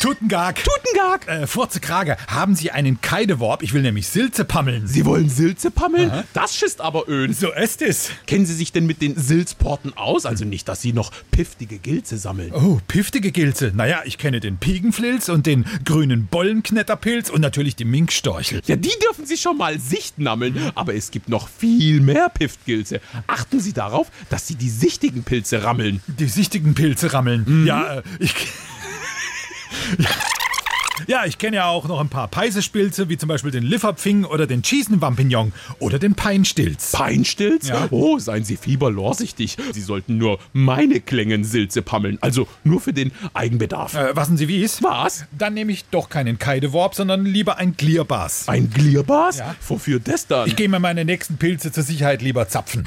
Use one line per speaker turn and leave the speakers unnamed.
Tutengag.
Tutengag.
Äh, Furze Krage, haben Sie einen Keideworb? Ich will nämlich Silze pammeln.
Sie wollen Silze pammeln? Das schisst aber öd.
so ist es.
Kennen Sie sich denn mit den Silzporten aus? Also nicht, dass Sie noch piftige Gilze sammeln.
Oh, piftige Gilze. Naja, ich kenne den Piegenflilz und den grünen Bollenknetterpilz und natürlich die Minkstorchel.
Ja, die dürfen Sie schon mal sichtnammeln, aber es gibt noch viel mehr Piftgilze. Achten Sie darauf, dass Sie die sichtigen Pilze rammeln.
Die sichtigen Pilze rammeln. Ja, äh, ich. Ja, ich kenne ja auch noch ein paar Peisespilze, wie zum Beispiel den Lifferpfing oder den Schießenwampignon oder den Peinstilz.
Peinstilz?
Ja.
Oh, seien Sie fieberlorsichtig. Sie sollten nur meine Klängensilze pammeln, also nur für den Eigenbedarf.
äh, was denn Sie wie ist?
Was?
Dann nehme ich doch keinen Keideworb, sondern lieber ein Glierbars.
Ein Glierbars?
Ja.
Wofür das dann?
Ich gehe mir meine nächsten Pilze zur Sicherheit lieber zapfen.